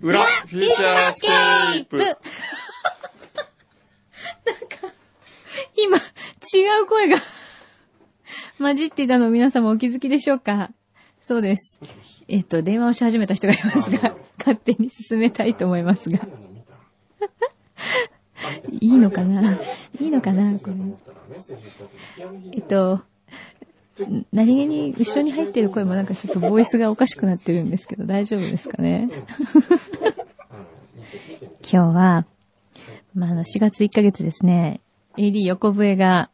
裏フューチャースケープなんか、今、違う声が、混じっていたのを皆様お気づきでしょうかそうです。えっと、電話をし始めた人がいますあどうがぞ、勝手に進めたいと思いますが。いいのかないいのかなこれ。えっと、ん何気に後ろに入ってる声もなんかちょっとボイスがおかしくなってるんですけど、大丈夫ですかね今日は、まあ、あの、4月1ヶ月ですね、AD 横笛が、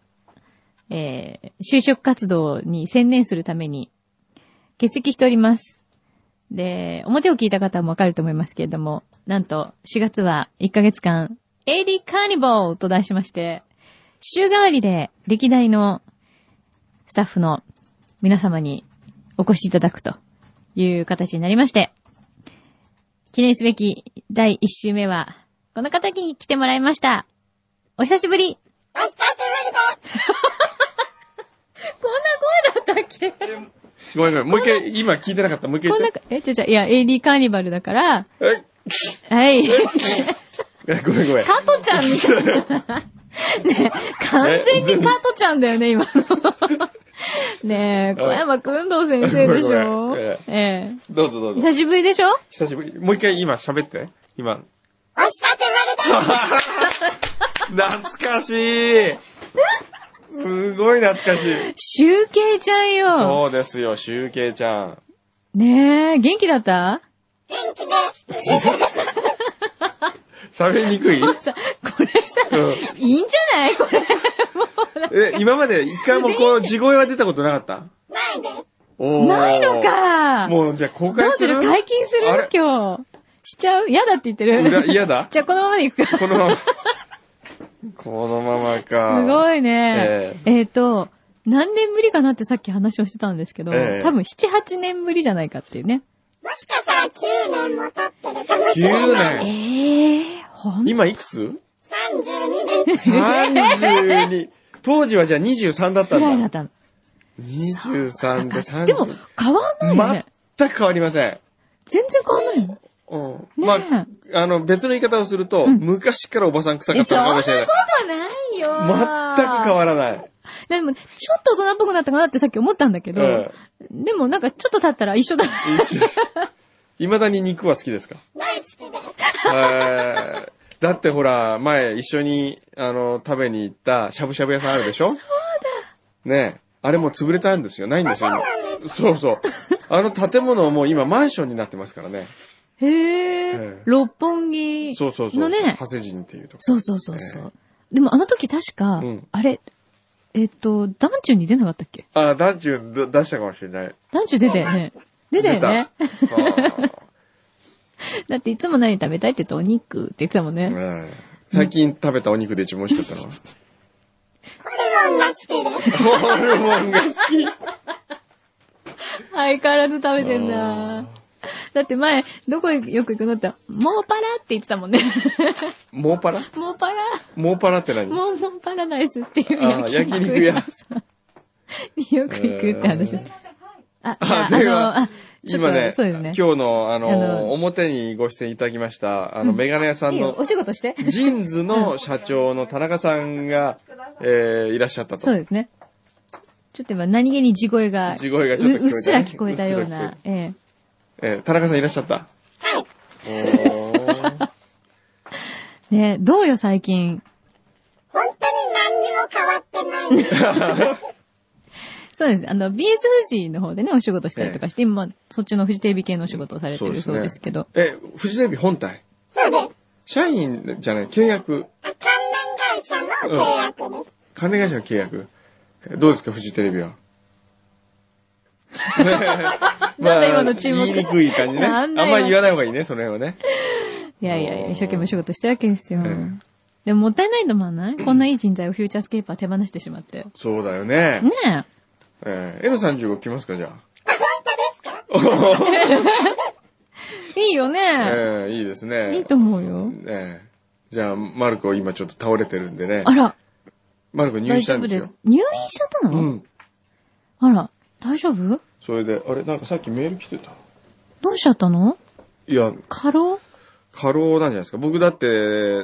えー、就職活動に専念するために、欠席しております。で、表を聞いた方もわかると思いますけれども、なんと、4月は1ヶ月間、AD カーニバルと題しまして、週替わりで歴代のスタッフの皆様にお越しいただくという形になりまして、記念すべき第1週目は、この方に来てもらいました。お久しぶりお久しこんな声だったっけぶりですごめんごめん、もう一回、今聞いてなかった、もう一回こん言なっか、え、ちょちょ、いや、AD カーニバルだから、て。はい。え、ごめんごめん。カトちゃんみたいな。ねえ完全にカトちゃんだよね、今の。ねえ、小山くんどう先生でしごょめんごめんええ。どうぞどうぞ。久しぶりでしょ久しぶり。もう一回今喋って。今。お久しぶりだ懐かしいすごい懐かしい。集計ちゃんよ。そうですよ、シュウケイちゃん。ねえ、元気だった喋りにくいさ、これさ、ういいんじゃないこれ。もうなんかえ、今まで一回もこう、地声は出たことなかったないです。おーないのか。もう、じゃあ公ど開うすするる解禁すあるれ今日。しちゃう嫌だって言って裏る。嫌だじゃあこのままでいくか。このまま。このまますか。ごいねえ。えっ、と、何年ぶりかなってさっき話をしてたんですけど、ええ多分7、8年ぶりじゃないかっていうね。 9え年。えほん今いくつ ?32。当時はじゃあ23だったくらいんだだっ。たの。 23で30。でも、変わんないよね。全く変わりません。全然変わんないよね。うん。ねえまあ、あの、別の言い方をすると、昔からおばさん臭かえっそんたのなこかもしれない。とないよ全く変わらない。でも、ちょっと大人っぽくなったかなってさっき思ったんだけど、えでもなんかちょっと経ったら一緒だ。いまだに肉は好きですか大好きです。だってほら、前一緒に、あの、食べに行ったしゃぶしゃぶ屋さんあるでしょそうだ。ねえ。あれもう潰れたんですよ。ないんですよ。今そうそう。あの建物もう今マンションになってますからね。へえええ。六本木そうそうそう。のね長、谷人っていうとこ。そうそうそうそう。でもあの時確か、うんあれ、えっと、団中に出なかったっけああ、団中出出したかもしれない。団中出たよね。出たよね。 出た。ああだっていつも何食べたいって言うとお肉って言ってたもんね。ええ最近食べたお肉で一番美味しかったの は。ホルモンが好きです。ホルモンが好き。相変わらず食べてんだ。だって前、どこよく行くのって、モーパラって言ってた もんね。モーパラモーパラ、モーパラって何モーモンパラダイスっていうあー焼焼肉肉屋屋さんに よく行くって話え。あ、あああではの、あ、ちょっ今ねと、そうよね。今日の、あの、あの表にご出演いただきました、あの、メガネ屋さいんいよの、お仕事して。ジーンズの社長の田中さんが、えー、いらっしゃったと。そうですね。ちょっと今何気に地声が、地声がちょっと聞ううこえたねっすら聞こえたよううっなすら聞こ、ええ。えー、田中さんいらっしゃったはい。おーねどうよ最近。本当に何にも変わってないです。そうです。あの、BS 富士の方でね、お仕事したりとかして、今、そっちのフジテレビ系のお仕事をされてるそうですけど。え、フジテレビ本体そうです。社員じゃない、契約。関連会社の契約です。関連会社の契約。えーどうですか、フジテレビは。 なんだ今の 注目言いにくい感じね。あなんんまだより言わない方がいいね、その辺はね。いやいや、一生懸命お仕事してるわけですよええ。でももったいないと思わないこんないい人材をフューチャースケーパー手放してしまって。そうだよねえー、N35 来ますか、じゃあ。え。いいよね。ええいいですね。いいと思うよ。ええじゃあ、マルコ今ちょっと倒れてるんでね。あら、マルコ入院大した丈ん夫ですでよ。す。入院しちゃったうのん。あら、大丈夫それで、あれ、なんかさっきメール来てた。どうしちゃったのいや、過労過労なんじゃないですか。僕だって、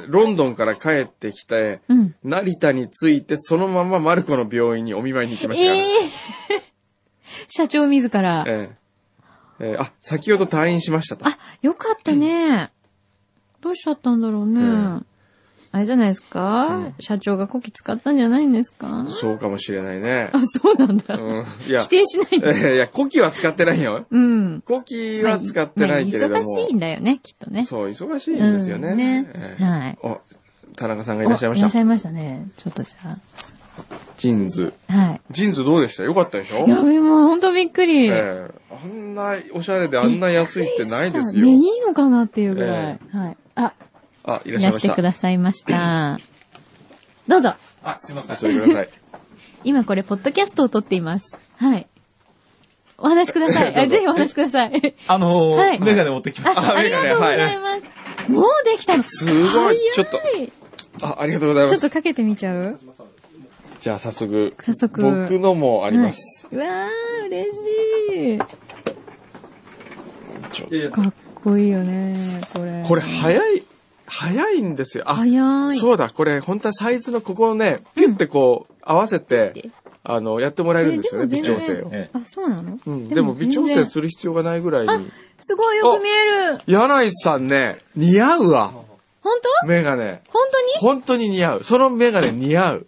ロンドンから帰ってきて、うん。成田に着いて、そのままマルコの病院にお見舞いに行きましたから。ええ 社長自ら。ええええあ、先ほど退院しましたと。あ、よかったね。どうしちゃったんだろうね。うんあれじゃないですか、うん社長がこき使ったんじゃないんですかそうかもしれない ね。あ、そうなんだ。うん。いや否、定しないんだ。ええいや、コキは使ってないよ。うん。コキは使ってないけれども。まあ忙しいんだよね、きっとね。そう、忙しいんですよね。うんねええはい。お、田中さんがおいらっしゃいましいらたっし。ゃいましたね。ちょっとじゃジンズ。あ。はい。ジンズどうでしたよかったでしょいや、もうほんとびっくり。ええあんなおしゃれであんな安いってないですね、いよ。いのかなっていうぐらい。はい。あ、あ、いらっいしらゃいまししてた。くださいま した。どうぞ。あ、すいません。それください。今これ、ポッドキャストを撮っています。はい。お話しください。 どうあぞぜひお話しください。 あのーはいメガネ持ってきまあ、しそうた。ありがとうございます。もうできたの。すごいちょっと早いあ、ありがとうございちょまっすと。かけてみちゃうじゃあ早速。早速僕のもあります。はい、うわー、嬉しい。ちょいやいやかっこいいよね、これ。これ早い、早いんですよ。あ、早い。そうだ、これ本当はサイズのここをね、ピュってこう合わせってて、あの、やってもらえるんですよね、微え調整を。えあ、そうなのうん、でも微調全整然する必要がないぐらいに。すごいよく見える。柳井さんね、似合うわ。本当メガネ。本当に本当に似合う。そのメガネ似合う。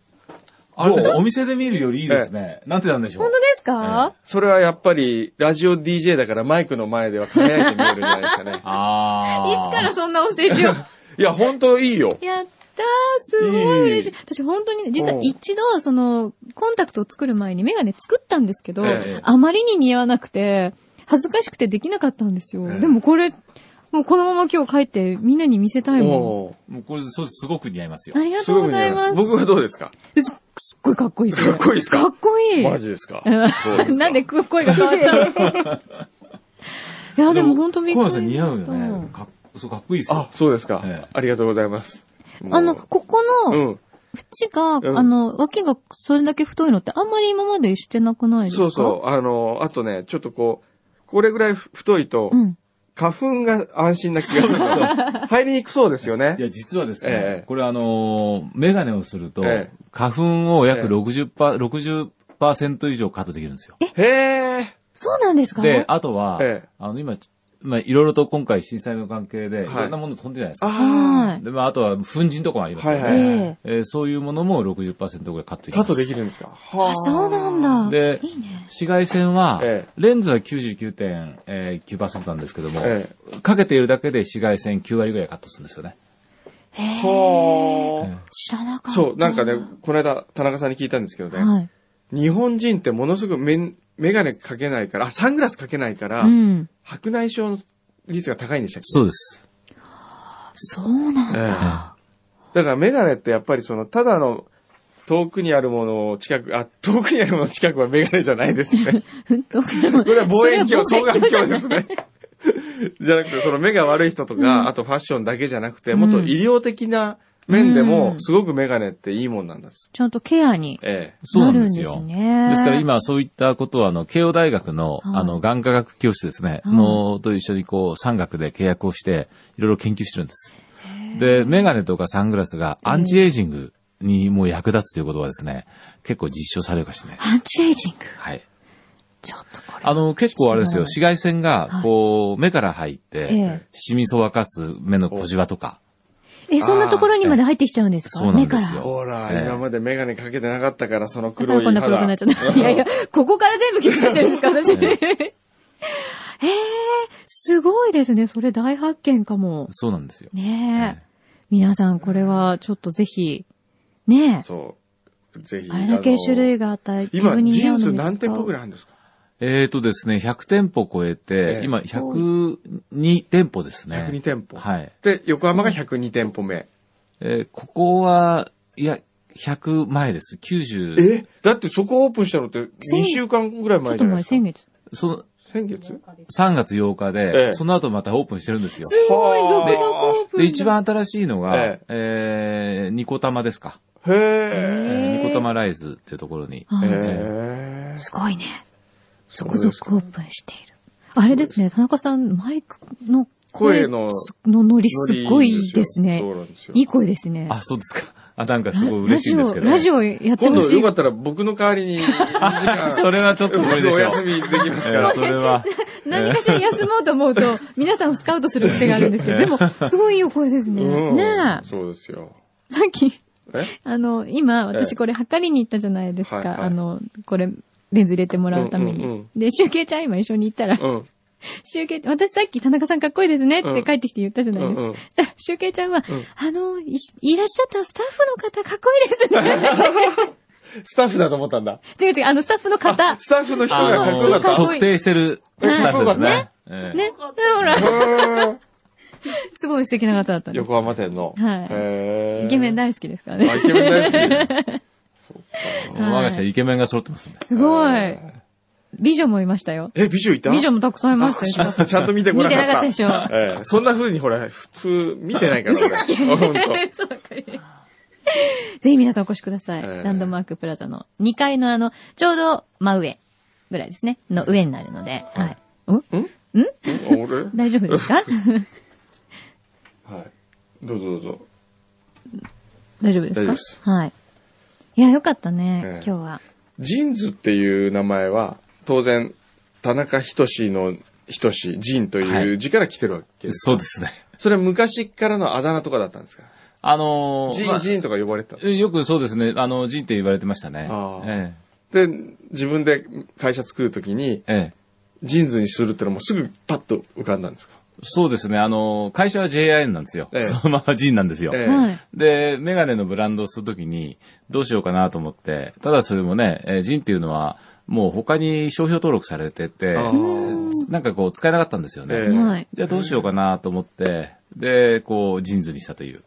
あれですねお店で見るよりいいですね。なんてなんでしょう。本当。ですか、それはやっぱり、ラジオ DJ だからマイクの前では輝いて見えるんじゃないですかねあー。いつからそんなお世辞を。いや、本当いいよ。やったー、すごい嬉しい。私本当にね、実は一度、その、コンタクトを作る前にメガネ作ったんですけど、ええあまりに似合わなくて、恥ずかしくてできなかったんですよ。ええでもこれ、もうこのまま今日帰ってみんなに見せたいもおーもうこれ、そうすごく似合いますよん。あ。りがとうございます。僕はどうですかすすっごいかっこいいですねかっこいいですかかっこいい。マジですかそうですうんかなんで声が変わっちゃうのいや、でも本当びっくり小山さん似合うよしね。かっそう、かっこいいですよあ。、そうですか、ええありがとうございます。たあの、ここうのん。縁が、うんあの、脇がそれだけ太いのってあんまり今までしてなくないですかそうそう。あの、あとね、ちょっとこう、これぐらい太いと、うん。花粉が安心な気がする。 入りにくそうですよねい。や、実はですえねえ、これあのー、メガネをするとええ、花粉を約ええ60%、60%以上カットできるんですよ。へえ。そうなんですかで、あとはええ、あの、今、まあ、いろいろと今回震災の関係で、いはいろんなもの飛んでるじゃないですか。あはで、まあ、あとは、粉塵とかもありますよはね。いい。はいええ。えーそういうものも60%ぐらいカットー。できまカすットできるんですかはあ、そうなんだ。でいいね。紫外線は、えレンズは99.9%なんですけども、えかけているだけで紫外線9割ぐらいカットするんですよね。へはえ。ー知らなかった。そう、なんかね、この間、田中さんに聞いたんですけどね、はい。日本人ってものすごくメメガネかけないから、あ、サングラスかけないから、うん。白内障の率が高いんでしたっけそうです。そうなんだ。だからメガネってやっぱりその、ただの、遠くにあるものを近く、あ、遠くにあるもの近くはメガネじゃないですね。どこでもこれは望遠鏡、それ双は望眼遠鏡じゃ鏡なでいすね。 じゃなくて、その目が悪い人とか、あとファッションだけじゃなくて、もっと医療的な面でうも、んすごくメガネっていいもんなんです。ちゃんとケアにええ。そうななんるんでですすよ。ね。ですから、今そういったことは、あの、慶応大学はの、いあの、眼科学教室ですね、うんの、と一緒にこう、産学で契約をして、いろいろ研究してるんです。で、メガネとかサングラスがアンチエイジングにもう役立つということはですね、結構実証されるかもしれないです。アンチエイジング。はい。ちょっとこれ。あの、結構あれですよ、必紫外線がは、いこう、目から入っえてえ、シミそばかす目の小じわとか。え、そんなところにまで入ってきちゃうんですそかうな目んでかすよら。ほら、ええ今までメガネかけてなかったから、そのだか黒らいこん肌。な黒くなっちゃった。いやいや、ここから全部吸収してるんですか、私。え えー、すごいですね。それ大発見かも。そうなんですよ。ねえ。皆さん、これはちょっとぜひ、ね そう。ぜひ。え。あれだけ種類が。があったら自今、分にジ似合ーうのンズ見つか何店舗ぐらいいあるんですかえーとですね、100店舗超ええて、え今102店舗ですね。 ?102 店舗。はい。で、横浜が102店舗目。えーここは、いや、100前です。90。えだってそこオープンしたのって2先週間ぐらいちょっ前じとゃない前、ですか先。月。その、先月3月8日で、ええその後またオープンしてるんですよ。すごい、続々オープンだ。で、一番新しいのが、ええーニコタマですか。へえ。へえニコタマライズっていうところに。はい、へえ。すごいね。そ続うですか々オープンしている。あれですね、田中さん、マイクの声の、すのノリすごいですねそ。うなんですよいい声ですね。あ、そうですか。あ、なんかすごい嬉しいんですけど。ラジオラジオやって今ほ度しい。よかったら僕の代わ りに、それはちょっと無理でしょう僕お休みできますかえーら。それは。何かしら休もうと思 うと、皆さんをスカウトする癖があるんですけど、でも、すごいいいお声ですね。うんねえ。そうですよ。さっき、えあの、今、え私これ測りに行ったじゃないですか。はいはいあの、これ、レンズ入れてもらうために。うんうんうんで、シュウケイちゃん今一緒に行ったら、うん。シュウケイ私さっき田中さんかっこいいですねっうてん帰ってきて言ったじゃうないですか。んうん。そしたらシュウケイちゃんは、うんあのい、いらっしゃったスタッフの方かっこいいです ね。スタッフだと思ったんだ。違う違う、あの、スタッフの方。スタッフの人あがかっこよかの、った。そう測定してるはいスタッフですね。ええね。ほら、うん すごい素敵な方だったんです。横浜店の。はいへーイケメン大好きですからねあ、。イケメン大好きね。そうか。我が社イケメンが揃ってますんで。すごい。美女もいましたよ。え、美女いた美女もたくさんいましたよ。ちゃんと見てこ見なてかった。なかったでしょ。ええそんな風にほら、普通見てないから。嘘だけ俺ほんと嘘ばっかりぜひ皆さんお越しください。えーランドマークプラザの2階のあの、ちょうど真上ぐらいですね。の上になるので。はい。うん俺大丈夫です かはい。どうぞどうぞ。大丈夫ですか大丈夫ですはい。いや、よかったね、えー今日は。ジーンズっていう名前は、当然、田中仁の仁、ジンという字から来てるわけです。そうですね。それは昔からのあだ名とかだったんですかあのージまン、あジンとか呼ばれてた。よくそうですね、あの、ジンって言われてましたねあ。ーえで、自分で会社作るときに、えええジーンズにするってのはもうすぐパッと浮かんだんですかそうですね、あのー会社は JIN なんですよ。ええそのままジンなんですよ。ええはい。で、メガネのブランドをするときに、どうしようかなと思って、ただそれもね、えージンっていうのは、もう他に商標登録されてて、あーなんかこう使えなかったんですよね。ええはい。じゃあどうしようかなと思って、で、こう、ジーンズにしたという。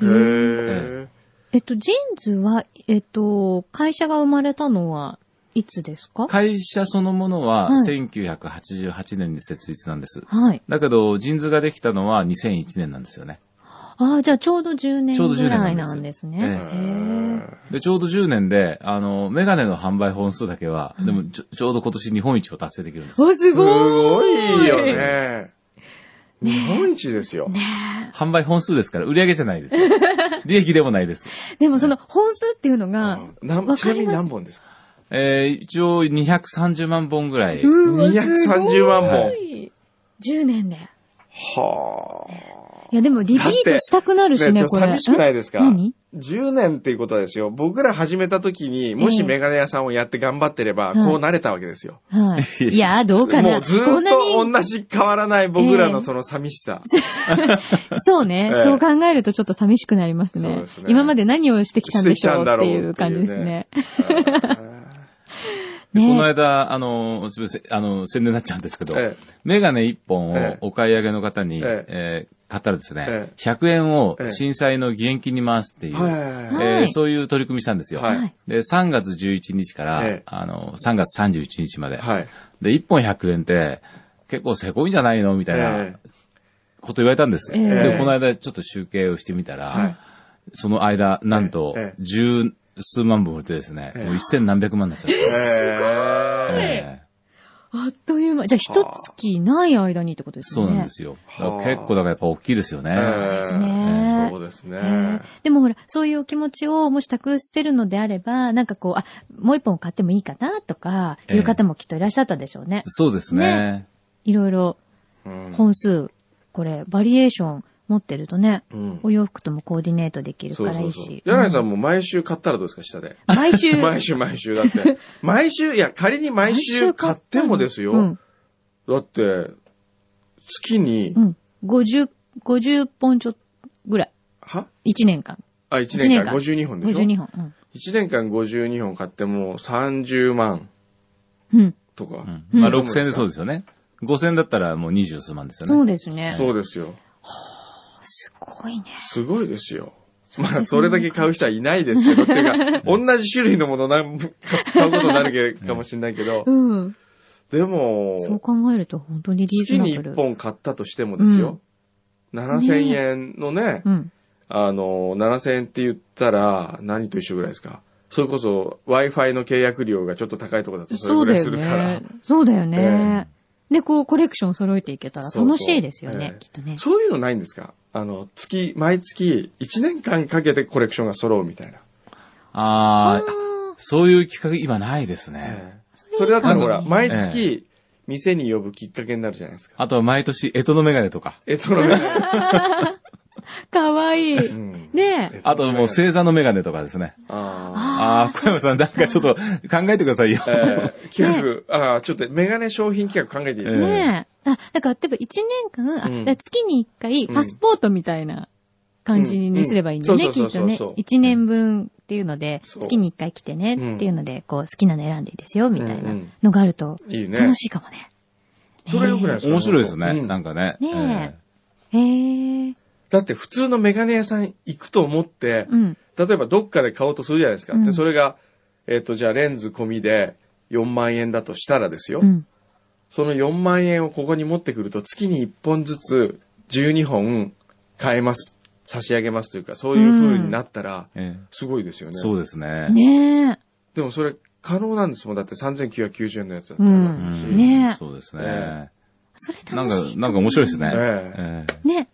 へーえっと、ジーンズは、えっと、会社が生まれたのは、いつですか会社そのものははい1988年に設立なんです。はい。だけど、ジーンズができたのは2001年なんですよね。ああ、じゃあちょうど10年ちょうどぐ10らい年ななんんでですすね。ええへえで、ちょうど10年で、あの、メガネの販売本数だけは、でもちょ、ちょうど今年日本一を達成できるんです。お、すすごごいいよね。日本一ですよ。販売本数ですから、売り上げじゃないです。 利益でもないです。でもその本数っていうのが、なわちかなりみにます何本ですかえー、一応230万本ぐらい。 ?230 万は本。 10年で。はあ。いや、でもリピートしたくなるしねね、ちょっことれ。寂しくないですかん何 ?10 年っていうことはですよ。僕ら始めた時に、もええしメガネ屋さんをやって頑張ってれば、はいこうなれたわけですよ。 はい。いや、どうかもな。うずっこんなとに、同じ変わらない僕らええのその寂しさ。 そうね、ええそう考えるとちょっと寂しくなりますそうねですね今まで何をしてきたんでしょうっていうしてきた感んじだろうっていうねですね。でこのね間、あの、すみません、あの、宣伝になっちゃうんですけど、ええメガネ1本をええお買い上げの方に、えええー買ったらですね、ええ100円をええ震災の義援金に回すっていう、ははいえーそういう取り組みしたんですよ。はいはいで、3月11日から、ええあの、3月31日まで。い。はい。で、1本100円って、結構せこいんじゃないのみたいえなこと言われたんです。ええで、この間ちょっと集計をしてみたら、はいその間、なんとえ、十数万本売れてですね、ええもう1000何百万になっちゃった。ええええあっという間。じゃあ、一月ない間にってことですね。そうなんですよ。だから結構だからやっぱ大きいですよね。そうですね。そうですね。えーでもほら、そういうお気持ちをもし託せるのであれば、なんかこう、あ、もう一本買ってもいいかなとか、ええいう方もきっといらっしゃったでしょうね。そうですね。いろいろうん本数、これ、バリエーション持ってるとね、うんお洋服ともコーディネートできるかそうらいそういそうし。。柳井さうんんも毎週買ったらどうですか、下で。毎週。 毎週毎週。だって、毎週、いや、仮に毎週買ってもですよ。うん。だって、月に、うん。50、50本ちょっとぐらい。は1年間。あ、1一年年間間52本でしょ52本。 1年間52本買っても30万うん。うん。とかう。んまあうん6000でそうですよね。5000だったらもう二十数万ですよね。そうですね。そうですよ。すごいね。すごいですよ。うですねまあ、それだけ買う人はいないですけど、っていうか、同じ種類のものなんか買うことになるかもしれないけど、うん。でも、そう考えると本当にリーズ月ナにブル。 1本買ったとしてもですよ、7000円のね、うん。あの、7000円って言ったら、何と一緒ぐらいですかそれこそ、Wi-Fi の契約料がちょっと高いところだとそれそうぐらだいすよるからね。。そうだよね。で、こう、コレクション揃えていけたら楽しいですよそうねそ、うきっとね。そういうのないんですかあの、月、毎月、1年間かけてコレクションが揃うみたいな。ああーーそういう企画今ないですね。ええそれそれだったらほいいら、かも毎月、店に呼ぶきっかけになるじゃないですか。あとは毎年、干支のメガネとか。えとの メガかわいい。ネ。ねえ。あともう星座のメガネとかですね。あああ、小山さん、なんかちょっと考えてくださいよ。あ。ええ企画、ああ、ちょっとメガネ商品企画考えていいですか、ええねえ。あ、だから、例えば一年間、あ、うんだから月に一回、うんパスポートみたいな感じにすればいいんだようね、んきっとそうそうそうねそう。一年分っていうので、そう月に一回来てうねんっていうので、こう、好きなの選んでいいですよ、みたいなうんうんのがあると、いいね。楽しいかもね。それ良くないですか 面白いですね。うんなんかね。ねええへえ。だって普通のメガネ屋さん行くと思って、うん。例えばどっかで買おうとするじゃないですか。うんで、それが、えっ、と、じゃあレンズ込みで4万円だとしたらですよ。うん。その4万円をここに持ってくると月に1本ずつ12本買えます。差し上げますというか、そういう風になったら、ええすごいですよえね。そうですね。ねえ。でもそれ可能なんですもん。だって3990円のやつだったうんうんねえそうですえね。それなん楽かしい、も。なんか面白いですね。ええええね。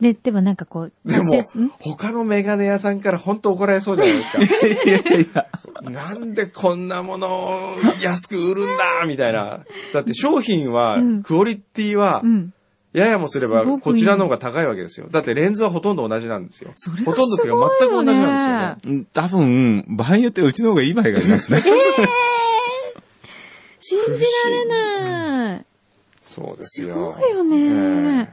で、でもなんかこう、でも達成すん、他のメガネ屋さんから本当怒られそうじゃない ですか。いやいやいや。なんでこんなものを安く売るんだみたいな。だって商品はうん、クオリティはう、 ん。ややもすれすごくいばいこちらの方が高いわけですよ。だってレンズはほとんど同じなんですよ。それほはとんどってすいうかごい全くよ同じなんねで。うん多分、場合によってはうちの方がいい場合があります ね。信じられない。すよね。そうですすよ。ごいよね。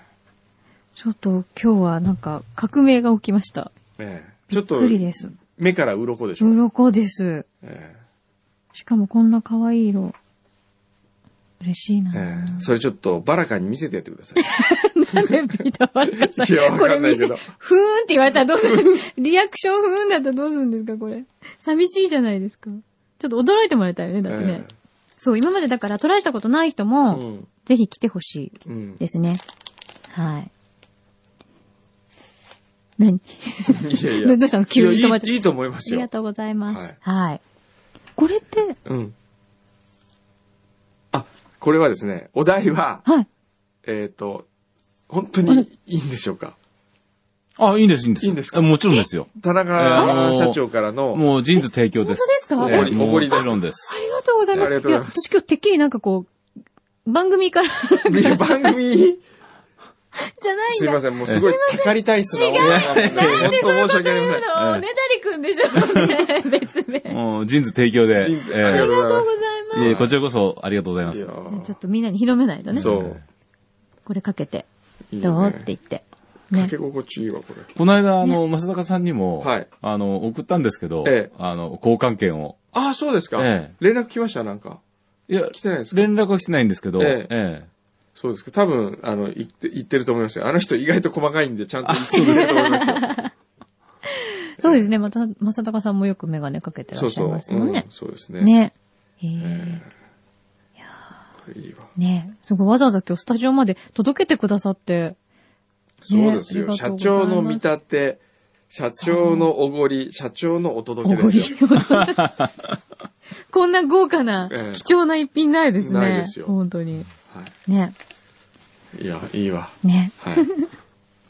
ちょっと今日はなんか革命が起きました。ええええちびょっっとくりです。目から鱗でしょ。鱗です。えしかもこんな可愛い色。嬉しいなえええそれちょっとバラカに見せてやってください。なんでビートバルカさいやん。わこかれんな見いせ、ふけーんっどて言われたらどうするリアクションふーんだったらどうするんですか、これ。寂しいじゃないですか。ちょっと驚いてもらいたいよね、だってね。えそう、今までだからトライしたことない人えも、うんぜひ来てほしいうん。ですね。はい。何いやいや。どどうしたの急に止まっちゃったいやいいいいと思いまあすりよ。がとうございます。はい。これって、うん。あ、これはですね、お題は、はい。えっ、と、本当にいいんでしょうかあ、いいんです、いいんです。いいんですかもちろんですよ。田え中ー社長からの、もうジーンズ提供です。本当ですかええおごもりですちろんですあ。りがとうございます。ありがとうございますや、私今日てっきりなんかこう、番組から いや番組、じゃないんすいだ。ません、もうすごい、たかりたい質問。違うなんでそんな本当申しこと訳あり言まうのええねだりくんでしょ、ね、別名。あもうジーンズ提供でジーン。ズええありりががとうございまとうす。ございいえまいえこちらこそありがとうございますす。いやす。ちょっとみんなに広めないとね。そう。これかけて、いいねどうって言って。かねけ。心地いいわ、これ。この間、あの、増坂さんにも、はいあの、送ったんですけど、ええあの、交換券を。ああ、そうですか。え連絡来ましたなんか。いや、来てないですか連絡は来てないんですけど、えええそうですか。多分、あの、言って、言ってると思いますよ。あの人意外と細かいんで、ちゃんと言ってると思いま すよ。そうですね。また、まさたかさんもよくメガネかけてらそっうしゃいそう。ますもんねうん。そうですね。ね。へええ。ー。これいいわ。ねすごいわざわざ今日スタジオまで届けてくださって。そうですあよ。りが社とうございます長の見立て、社長のおごり、社長のお届けですよ。 こんな豪華なええ、貴重な一品ないですね。ないですよ本当に。はね。い。いや、いいわ。ね。はい。え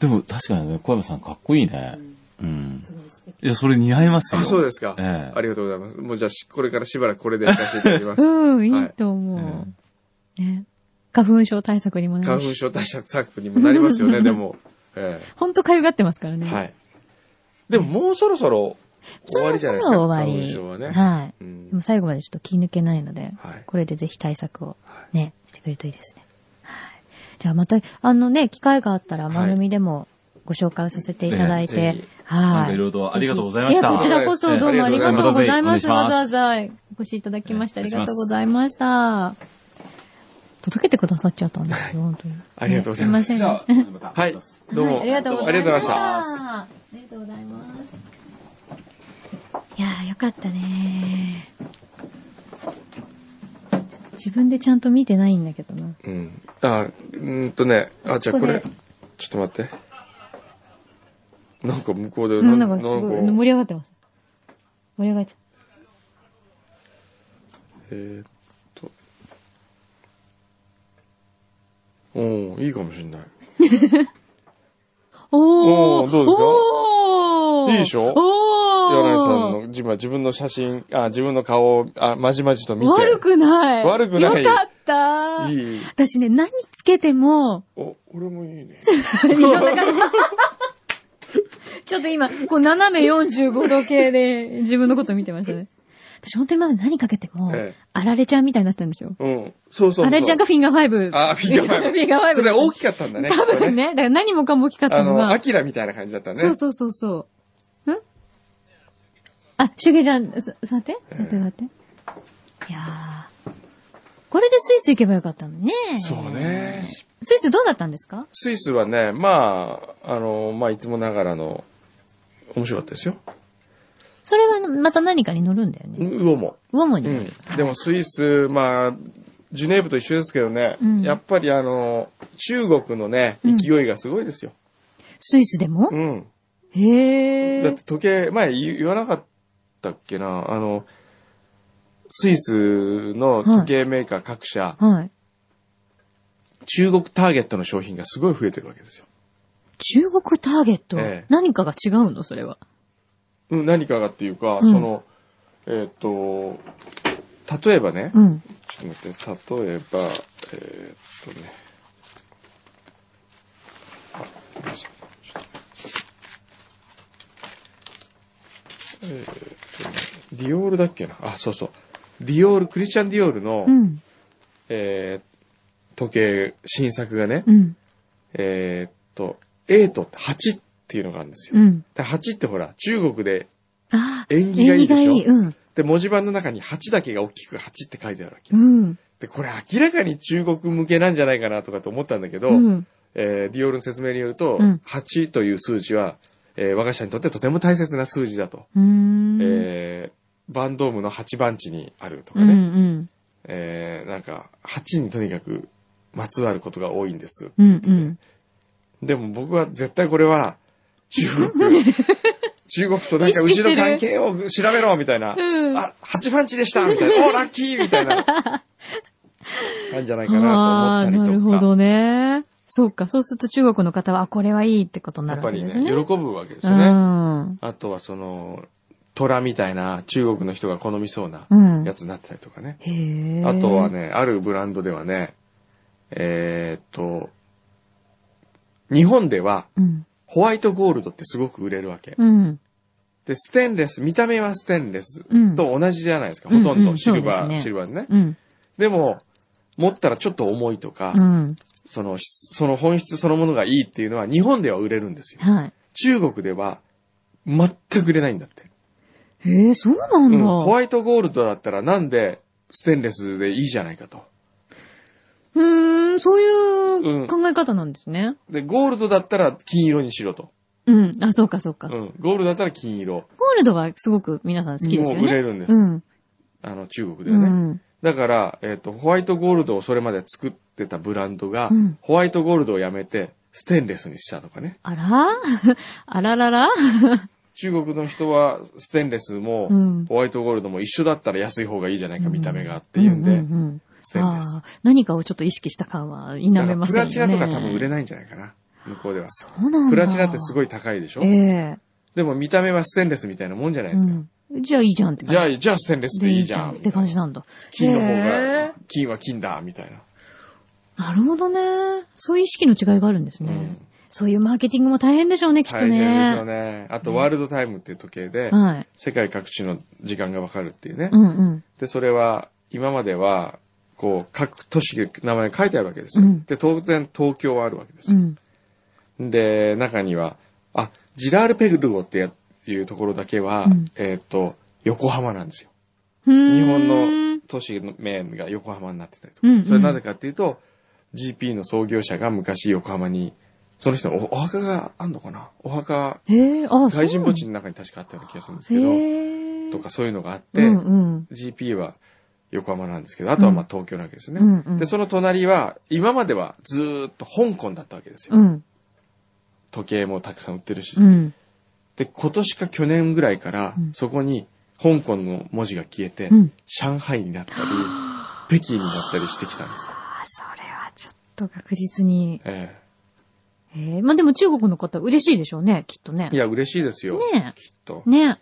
でも確かにね、小山さんかっこいいね。うん。いや、それ似合いますよ。 あ、そうですか。ええありがとうございます。もうじゃあし、これからしばらくこれでやらせていただきます。 うん、いいと思う。ね。花粉症対策にもな花るし。粉症対策策にもなりますよね、 でも。えほんとかゆがってますからえね。はい。でももうそろそろそ終わろりじそゃろないですか。終わり。花粉症はね。はい。うんでも最後までちょっと気抜けないので、はいこれでぜひ対策をはね、してくれるといいですね。はい。じゃあまた、あのね、機会があったらい番組でもご紹介をさせていただいええぜてひ、はい。いろいろとありがとうございましたや、こちらこそどうもありがとうございます。ええわざわざお越しいただきましてありがとうございました。届けてくださっちゃったんですよ、本当に。ありがとうございます ねすいません。はい。どうも。はいありがとうございました。ありがとありがとううございました。ございます。いやー、よかったね自分でちゃんと見てないんだけどな。うん。あ、うーんとね、あ、じゃあこれ、こちょっと待って。なんか向こうで、なんかすごい、なんか盛り上がってます。盛り上がっちゃう。えーっと。おいいかもしれない。おーおーどうですかおーいいでしょおー柳井さんの、自分自分の写真、あ、自分の顔を、あ、まじまじと見て。悪くない。悪くないよかった。いい。私ね、何つけても、お、俺もいいね。いろんな感じ ちょっと今、こう、斜め45度系で自分のこと見てましたね。私本当に今まで何かけてもええ、あられちゃんみたいになってたんですよ。うん。そうそうそう。あられちゃんかフィンガーファイブ。あ、フィンガーファイブ。フィンガーファイブ。それは大きかったんだね。多これ分。ね。だから何もかも大きかったあのの、がア。キラみたいな感じだったね。そうそうそうそう。んあ、シュゲちゃん、す座って座って座って。いやー。これでスイス行けばよかったのにね。そうね。スイスどうだったんですかスイスはね、まあ、あの、まあ、いつもながらの、面白かったですよ。それはまた何かに乗るんだよね。ウオも。ウオモにう乗るん。でもスイス、まあ、ジュネーブと一緒ですけどね、うんやっぱりあの、中国のね、勢いがすごいですよ。スイスでもうん。へだっーて。時計、前言言わなかったっけな、あの、スイスの時計メーカー各社、はい。中国ターゲットの商品がすごい増えてるわけですよ。中国ターゲットええ。何かが違うのそれは。うん、何かがっていうか、うんその、えっ、と、例えばね、うん。ちょっと待って、例えば、えーっとね。あ、よいしょえーっとね、ディオールだっけなあ、そうそう。ディオール、クリスチャン・ディオールの、うん。えー時計、新作がね、うん。えーっと、エイトって8っていうのがあるんですよ。うん。で8ってほら、中国で、あー縁起がいいでしょうん。で、文字盤の中に8だけが大きく8って書いてあるわうけ。ん。で、これ明らかに中国向けなんじゃないかなとかと思ったんだけど、うん。えーディオールの説明によると、うん8という数字は、えー我が社にとってとても大切な数字だと。うーん。えーバンドームの8番地にあるとかうんね。うん。えーなんか、8にとにかくまつわることが多いんです。うんうん。でも僕は絶対これは、中国、中国となんかう意識ちしてるの関係を調べろみたいな。うんあ、8番地でしたみたいな。お、ラッキーみたいな。なんじゃないかあなあー、と思ったりとか。なるほどね。そうか。そうすると中国の方は、あ、これはいいってことになやるっわぱけりでね、すね。喜ぶわけですうよね。ん。あとはその、虎みたいな中国の人が好みそうなうんや。つになってたりとかね。へえ。あとは。ね、あるブランドではね、えーっと、日本ではうん。ホワイトゴールドってすごく売れるわけ。うん。で、ステンレス、見た目はステンレスうんと同じじゃないですか。うんほとんうんどシルそバうー、ですねシルバーね。うん。でも、持ったらちょっと重いとか、うん。その、その本質そのものがいいっていうのは日本では売れるんですよ。はい。中国では全く売れないんだって。へえ、そうなんだ。うんホワイトゴールドだったらなんでステンレスでいいじゃないかと。うーん、そういううん考え方なんですね。で、ゴールドだったら金色にしろと。うん。あ、そうか、そうか。うゴーん。ゴールドだったら金色。ルドはすごく皆さん好きですよね。もう売れるんですうん。あの、中国でうはね。ん。だから、えっ、と、ホワイトゴールドをそれまで作ってたブランドが、うんホワイトゴールドをやめて、ステンレスにしたとかね。あら あららら中国の人は、ステンレスもうん、ホワイトゴールドも一緒だったら安い方がいいじゃないか、見た目がっていうんうでん、うんうんステンレスあ。ー何かをちょっと意識した感は否だかめらまプせんよラね。チナとか多分売れないんじゃないかな、向こうでは。そうなんだ。プラチナってすごいい高いでしょええでも見た目はステンレスみたいなもんじゃないですか。うん。じゃあいいじゃんってじゃああ、じゃあステンレスでいいじゃん。って感じなんだ。金の方へが、金は金だ、みたいな。ーなるほどね。そういう意識の違いがあるんですね。うんそういうマーケティングも大変でしょうね、きっと大変ですよね。ね。あと、ワールドタイムっていう時計で、はい。世界各地の時間がわかるっていうねう。んうん。で、それは、今までは、こう、各都市で名前が書いてあるわけですうよん。で、当然東京はあるわけですうよ。ん。で、中には、あ、ジラールペルゴってやいうところだけはうん、えっと、横浜なんですよ。日日本の都市の面が横浜になってたりとうんうんか。それなぜかっていうと、GP の創業者が昔横浜に、その人のおお墓があんのかなお墓、へえ、あ、大臣墓地にの中に確かあったような気がするんですけど、へえ。とかそういうのがあっうて、んうん。 GP は横浜なんですけど、あとはまあ東京なわけですね。うんうんで、その隣は、今まではずーっと香港だったわけですよ。うん。時計もたくさん売ってるし。うん。で、今年か去年ぐらいからうん、そこに香港の文字が消えて、うん 上海になったり、北京になったりしてきたんです。あ、それはちょっと確実に。ええー、まあでも中国の方嬉しいでしょうね、きっとね。えいや、嬉しいですよ。ねえきっと。ね。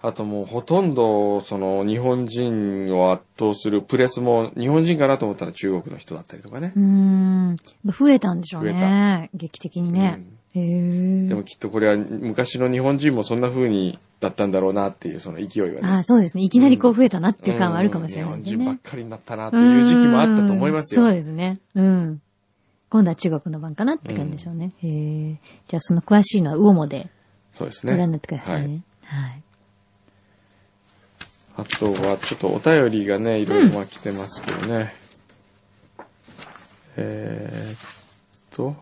あともうほとんど、その、日本人を圧倒するプレスも、日本人かなと思ったら中国の人だったりとかねう。ーん。増えたんでしょう増ね。劇的にね。へうんえでもきっとこれは昔の日本人もそんな風にだったんだろうなっていう、その勢いはね。ああ、そうですね。いきなりこう増えたなっていう感はあるかもしれないうんです日よ本人ばっね。かりになったなっていう時期もあったと思いますよ。うんそうですね。うん。今度は中国の番かなって感じでしょうね。へえ。じゃあその詳しいのは魚もでそうですご覧にね。なってくださいね。はい。あとは、ちょっとお便りがね、いろいろまあ来てますけどね。えー、っと。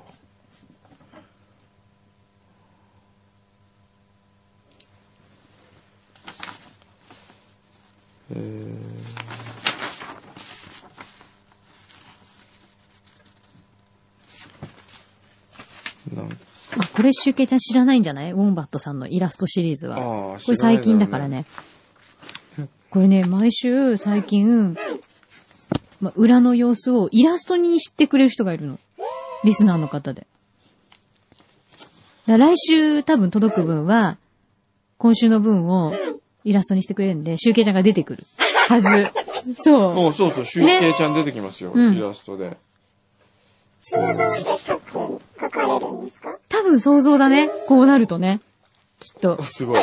えーなんあ、これ、シュウケイちゃん知らないんじゃないウォンバットさんのイラストシリーズは。あーこ知られないだろうね最近だからね。これね、毎週最近、ま、裏の様子をイラストに知ってくれる人がいるの。リスナーの方で。だから来週多分届く分は、今週の分をイラストにしてくれるんで、シュウケイちゃんが出てくるはず。そう。おそうそう、シュウケイちゃん出てきますよ、うんイラストで。想像で書く、書かれるんですか多分想像だね。こうなるとね。きっと。すごい。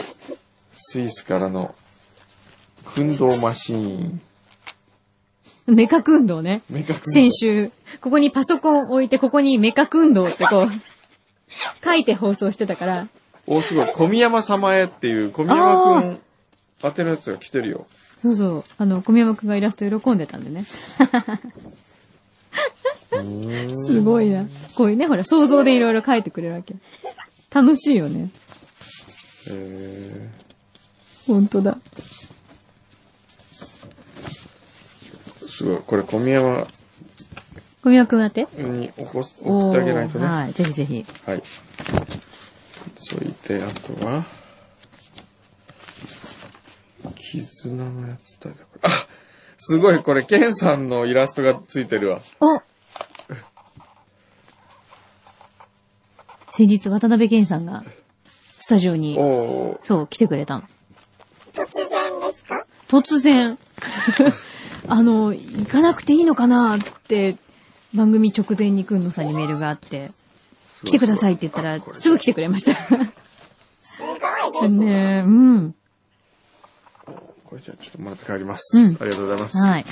スイスからの、運動マシーン。目角運動ね。目隠先週、ここにパソコン置いて、ここに目隠運動ってこう、 書いて放送してたから、お、すごい。小宮山様へっていう、小宮山くん当てのやつが来てるよ。そうそう、あの、小宮山くんがイラスト喜んでたんで ね。すごいな。こういうね、ほら、想像でいろいろ書いてくれるわけ。楽しいよね。えほんとだ。ー、すごい。これ小宮山小宮山くん宛てに起こす送ってあげないとね。おーははい、ぜひぜひ。い。そいて、あとは、絆のやつだよ。あすごい、これ、ケンさんのイラストがついてるわ。お先日、渡辺健さんが、スタジオに、おー。そう、来てくれたの。突然ですか突然、あの、行かなくていいのかなって、番組直前にくんのさんにメールがあって、来てくださいって言ったら、すぐ来てくれました。ねえ、うん。これじゃあちょっともらって帰ります。うんありがとうございます。はい。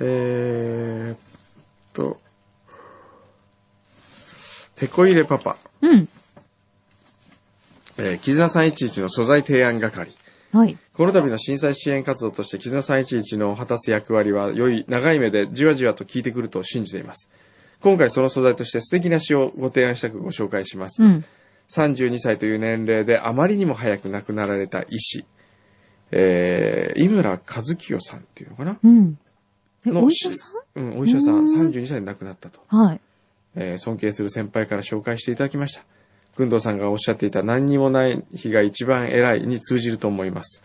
えーっと、テコ入れパパ、うん。えー、絆311の素材提案係。はい。この度の震災支援活動として、絆311の果たす役割は、良い、長い目でじわじわと効いてくると信じています。今回その素材として素敵な詩をご提案したくご紹介します。うん。 32歳という年齢であまりにも早く亡くなられた医師、えー、井村和清さんっていうのかなうん。え、のお医者さうん、お医者さ、うんーん32歳で亡くなったと。んはい。えー尊敬する先輩から紹介していただきました。軍藤さんがおっしゃっていた何にもない日が一番偉いに通じると思います。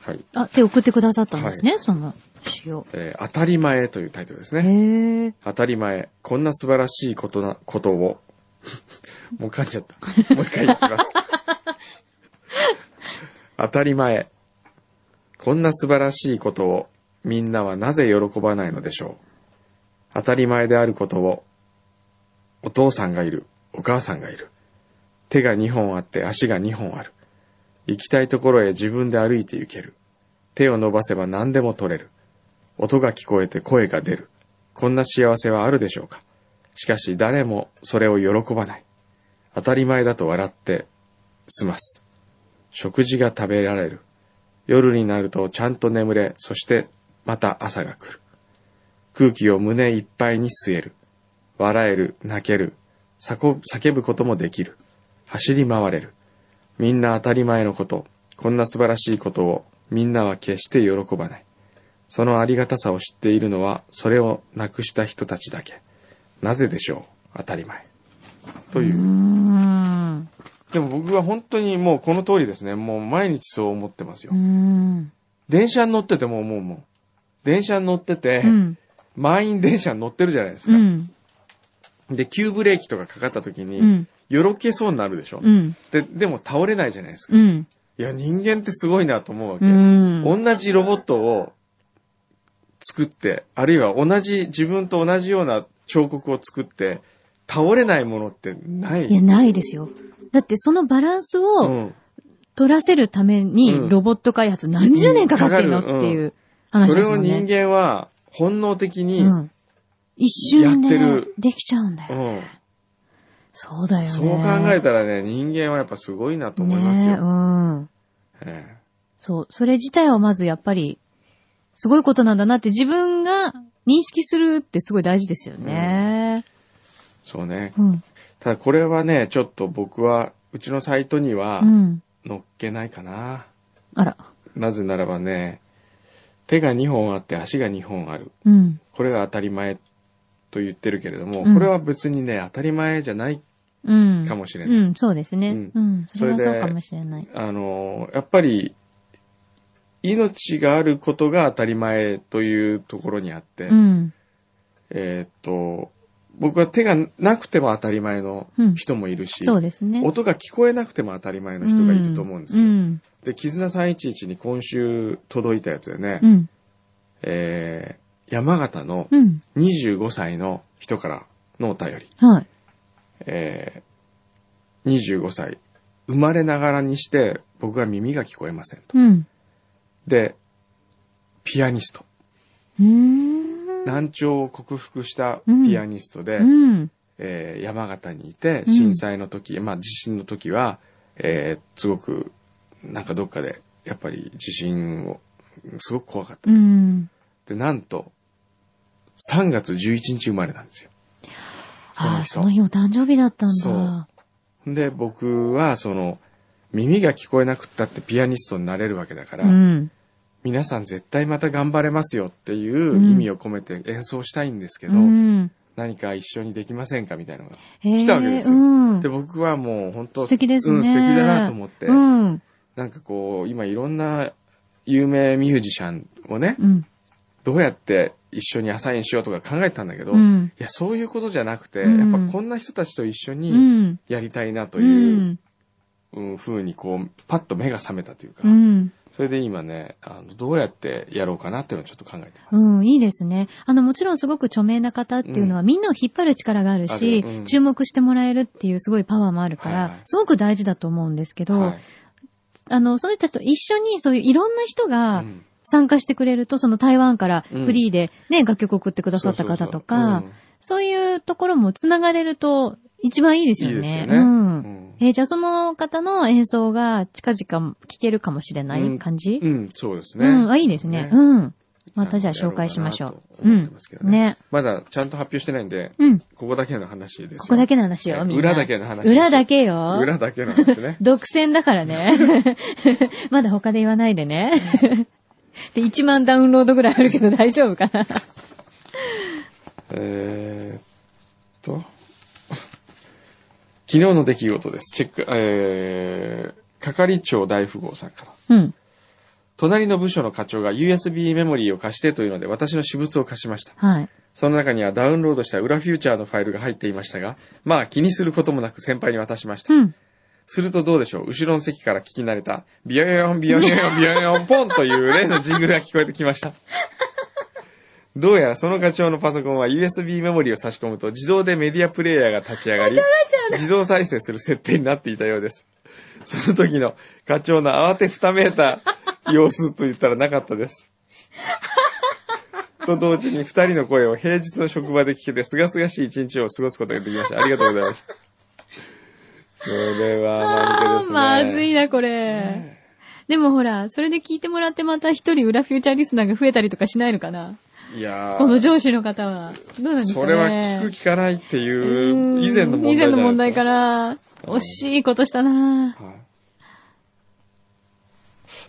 はい。あ、で、送ってくださったんですね、はその詩を。えー当たり前というタイトルですへね。え。当たり前。こんな素晴らしいことな、ことを。 もう噛んじゃった。もう一回いきます。当たり前。こんな素晴らしいことをみんなはなぜ喜ばないのでしょう。当たり前であることをお父さんがいる、お母さんがいる。手が2本あって足が2本ある。行きたいところへ自分で歩いて行ける。手を伸ばせば何でも取れる。音が聞こえて声が出る。こんな幸せはあるでしょうか。しかし誰もそれを喜ばない。当たり前だと笑って済ます。食事が食べられる。夜になるとちゃんと眠れ、そしてまた朝が来る。空気を胸いっぱいに吸える。笑える、泣ける。叫ぶ叫ぶこともできる。走り回れる。みんな当たり前のこと、こんな素晴らしいことをみんなは決して喜ばない。そのありがたさを知っているのは、それをなくした人たちだけ。なぜでしょう当たり前。というーう。ん。でも僕は本当にもうこの通りですね。もう毎日そう思ってますようー。ん。電車に乗ってても思うもん。電車に乗ってて、うん。満員電車に乗ってるじゃないですうか。ん。で、急ブレーキとかかかった時に、うんよろけそうになるでしょ、うん。で、でも倒れないじゃないですか。うん。いや、人間ってすごいなと思うわけ。うん。同じロボットを作って、あるいは同じ、自分と同じような彫刻を作って、倒れないものってない。いや、ないですよ。だってそのバランスうをん。取らせるためにうんロボット開発何十年かかってんのうんっていう話そでれすをよ人ね。間は本能的に、うん。一瞬でやってるできちゃうんだよ。うんそうだよね。そう考えたたらね、人間はやっぱすごいなと思いますねえうよ。ん。えそう。それ自体はまずやっぱり、すごいことなんだなって自分が認識するってすごい大事ですよね。えそうね。うん。ただこれはね、ちょっと僕は、うちのサイトにはうん。載っけないかな。あら。なぜならばね、手が2本あって足が2本ある。うん。これが当たり前と言ってるけれども、うんこれは別にね、当たり前じゃない。うん。かもしれないうん、そうですね。ううん。それはそれそでうかもしれない。あの、やっぱり、命があることが当たり前というところにあって、うん。えーっと、僕は手がなくても当たり前の人もいるし、そうですね。音が聞こえなくても当たり前の人がいると思うんですよ。うん。で、絆311に今週届いたやつでね、うん。えー山形のうん。 25歳の人からのお便り。はい。えー25歳。生まれながらにして僕は耳が聞こえませんと。うん。で、ピアニスト。うーん。難聴を克服したピアニストで、うん。えー山形にいて、うん震災の時、まあ地震の時は、えーすごく、なんかどっかで、やっぱり地震を、すごく怖かったうです。ん。で、なんと、3月11日生まれなんですよ。ああ、そそのの人日お誕生日だったんそだ。で、僕は、その、耳が聞こえなくったってピアニストになれるわけだから、うん。皆さん絶対また頑張れますよっていう意味を込めて演奏したいんですけど、うん。何か一緒にできませんかみたいなのが。来たわけですようん。で、僕はもう本当、素敵ですね。うん、素敵だなと思って、うん。なんかこう、今いろんな有名ミュージシャンをね、うん。どうやって一緒にアサインしようとか考えてたんだけど、ういん。や、そういうことじゃなくて、うんやっぱこんな人たちと一緒うにん。やりたいなとういう、ん。うん、風にこう、パッと目が覚めたというか、うん。それで今ね、あの、どうやってやろうかなっていうのをちょっと考えてます。うん、いいですね。あの、もちろんすごく著名な方っていうのは、みんなを引っ張る力があるし、あるうん注目してもらえるっていうすごいパワーもあるから、はいはいすごく大事だと思うんですけど、はいあの、その人たちと一緒にそういういろんな人がうん参加してくれると、その台湾からうんフリーでね、楽曲送ってくださった方とかそうそう、そういうところも繋がれると一番いいですそううんよいいですねよ。ね。うん。うんえーじゃあその方の演奏が近々聞けるかもしれなうんい感じ、ううんん、そうですね。あ、いいですね。うん。またじゃあ紹介しましょう。なのでやろうかなと思ってますけどうん。ねね。まだちゃんと発表してないんで、うん。ここだけの話ですよ。ここだけの話よ、みんな。裏だけの話。裏だけよ。。裏だけの話ね 独占だから ね。まだ他で言わないでね。で、1万ダウンロードぐらいあるけど大丈夫かなえーっと。 昨日の出来事です。チェック、えー、係長大富豪さんから。うん。隣の部署の課長が USB メモリーを貸してというので私の私物を貸しました。はい。その中にはダウンロードした裏フューチャーのファイルが入っていましたが、まあ気にすることもなく先輩に渡しました。うん。するとどうでしょう後ろの席から聞き慣れた、ビヨヨン、ビヨヨン、ビヨヨン、ポンという例のジングルが聞こえてきました。どうやらその課長のパソコンは USB メモリを差し込むと自動でメディアプレイヤーが立ち上がり、自動再生する設定になっていたようです。その時の課長の慌てふためいた様子と言ったらなかったです。と同時に二人の声を平日の職場で聞けて、すがすがしい一日を過ごすことができました。ありがとうございます。それは、あまずーいまですね。ずいな、これ。でもほら、それで聞いてもらってまた一人裏フューチャーリスナーが増えたりとかしないのかないやーこの上司の方は。どうなんですかねそれは聞く聞かないっていううん以前の問題以じゃ前ないですか。の問題から、惜しいことしたなはい。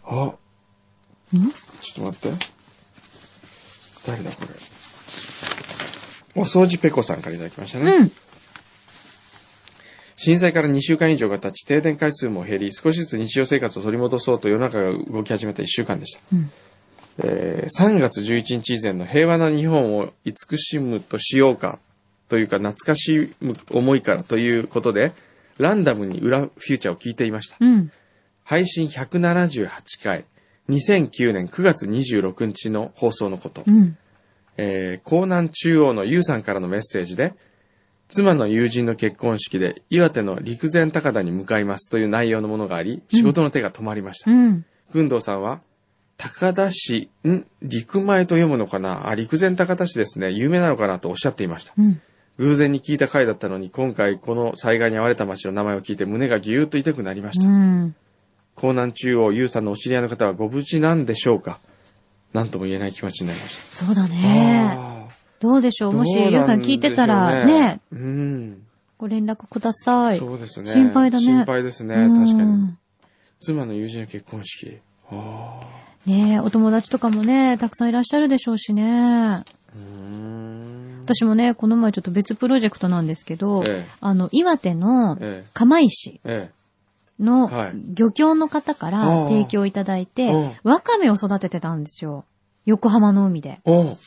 あ、んちょっと待って。誰だこれ。お掃除ペコさんからいただきましたね。うん。震災から2週間以上が経ち、停電回数も減り、少しずつ日常生活を取り戻そうと世の中が動き始めた1週間でした。うんえー3月11日以前の平和な日本を慈しむとしようかというか懐かしむ思いからということで、ランダムに裏フューチャーを聞いていました。うん。配信178回、2009年9月26日の放送のこと。うん。えー、江南中央のゆうさんからのメッセージで、妻の友人の結婚式で岩手の陸前高田に向かいますという内容のものがあり、仕事の手が止まりましたう。ん。軍藤さんは、高田市、ん陸前と読むのかなあ、陸前高田市ですね。有名なのかなとおっしゃっていました。うん。偶然に聞いた回だったのに、今回この災害に遭われた町の名前を聞いて胸がぎゅーっと痛くなりました。うん。江南中央、ゆうさんのお知り合いの方はご無事なんでしょうかなんとも言えない気持ちになりましそうだた。ね。あどうでしょーうもし、ゆうさん聞いてたら、。どうなんねで、しょううん。ご連絡ください。そうですね。心配だね心配ですね。う確んかに。妻の友人の結婚式。ああ。ねえ、お友達とかもね、たくさんいらっしゃるでしょうしね。うーん。私もね、この前ちょっと別プロジェクトなんですけど、ええあの、岩手のええ釜石えのはい漁協の方からああ提供いただいてうん、ワカメを育ててたんですよ。横浜の海で。え。お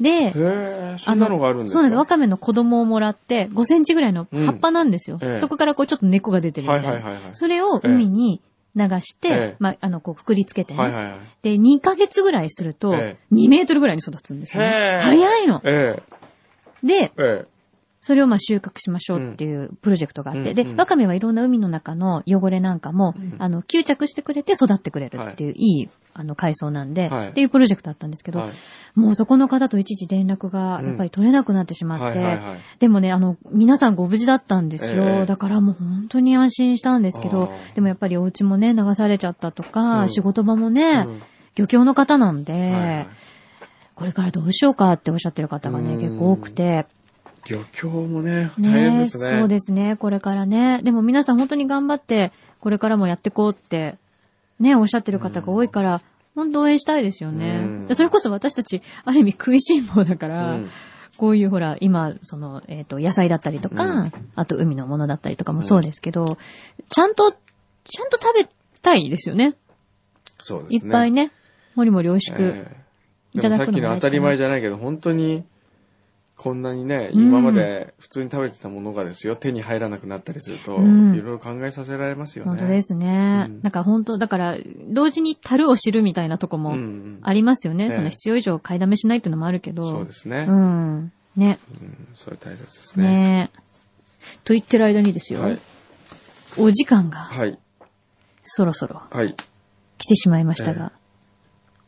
で、へえ、そんなのがあるんですそかうです。ワカメの子供をもらって、5センチぐらいのうん葉っぱなんですよ。ええそこからこうちょっと根っこが出てるみはたいいな。はいはいはい。それを海に流して、ええまあ、あの、こう、くくりつけてね。はいはいはい。で、2ヶ月ぐらいすると、え2メートルぐらいに育つんですよへえね。早いの。えで、え、えそれをまあ収穫しましょうっていうプロジェクトがあって、うんうでん、ワカメはいろんな海の中の汚れなんかも、んあの、吸着してくれて育ってくれるっていう、いい、あの、海藻なんで、はいっていうプロジェクトだったんですけえ。ど、はいもうそこの方と一時連絡が、やっぱり取れなくなってしまはっいて、はいはい。でもね、あの、皆さんご無事だったんですよ。ええだからもう本当に安心したんですけあど、ーでもやっぱりお家もね、流されちゃったとか、うん仕事場もね、うん漁協の方なんで、はいはいこれからどうしようかっておっしゃってる方がうね、ん結構多くて。漁協もね、大変ねですね。そうですね、これからね。でも皆さん本当に頑張って、これからもやってこうって、ね、おっしゃってる方が多いから、本当応援したいですよねうん。でそれこそ私たち、ある意味食いしん坊だかうら、ん。こういうほら、今、その、えっ、と、野菜だったりとか、うんあと海のものだったりとかもそうですけど、ちゃんと、ちゃんと食べたいですよね。そうでいすね。っぱいね、もりもり美味しく。ええいただくのもでもさっきの当たり前じゃないけど、本当に、こんなにね、今まで普通に食べてたものがですよ、手に入らなくなったりすると、うんいろいろ考えさせられますよね。。本当ですすね。うんなんか本当、だから、同時に樽を知るみたいなとこうんうもん。ありますよね。ええその必要以上買いだめしないっていうのもあるけど。そうですね。うん。ね。うんそれ大切ですね。ねと言ってる間にですよ。はい。お時間がはい。そろそろはい。来てしまいましたが、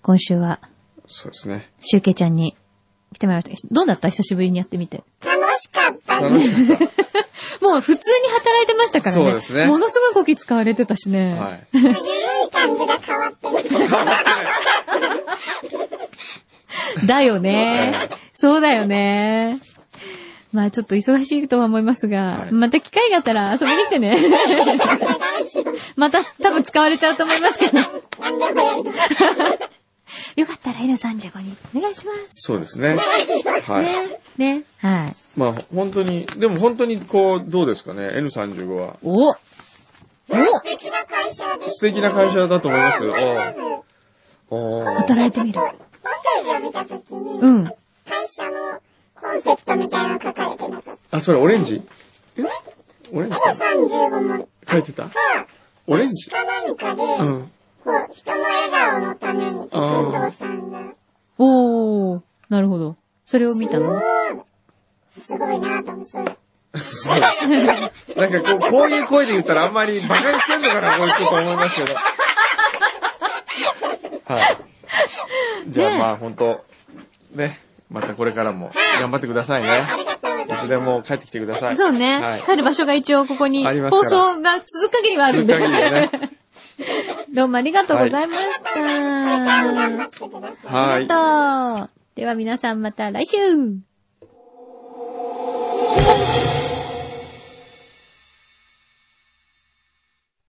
今週はそうですね。シュウケイちゃんに来てもらいました。どうだった久しぶりにやってみて。楽しかった楽しかった。もう普通に働いてましたからね。そうですねものすごいこき使われてたしね。はい。ゆるい感じが変わってる。だよね。そうだよね。まあちょっと忙しいとは思いますが、はいまた機会があったら遊びに来てね。 また多分使われちゃうと思いますけど。何でもやります。よかったら N35 にお願いします。そうですね。はい。ね。ね。はい。まあ、本当に、でも本当に、こう、どうですかね、N35 は。おお素敵な会社です。素敵な会社だと思いますよ。まず、ホおお働いてみる。テルを見たときに、うん。会社のコンセプトみたいなの書かれてなかっあ、それオレンジえオレンジた。35も、書いてたか、オレンジか何かで、うもん。う人の笑顔のためにって、あー工藤さんが、おー。なるほど。それを見たのすごいなと思って、それ。なんかこう、こういう声で言ったらあんまり馬鹿にしてんのかな、こういう人と思いますけど。はい。じゃあねえまあ本当ね、またこれからも頑張ってくださいね。いつでも帰ってきてください。そうね、はい。帰る場所が一応ここに、ありますか放ら送が続く限りはあるんで。続く限りはね どうもありがとうございました。これからも頑張ってください。はあいり。がとう。では皆さんまた来週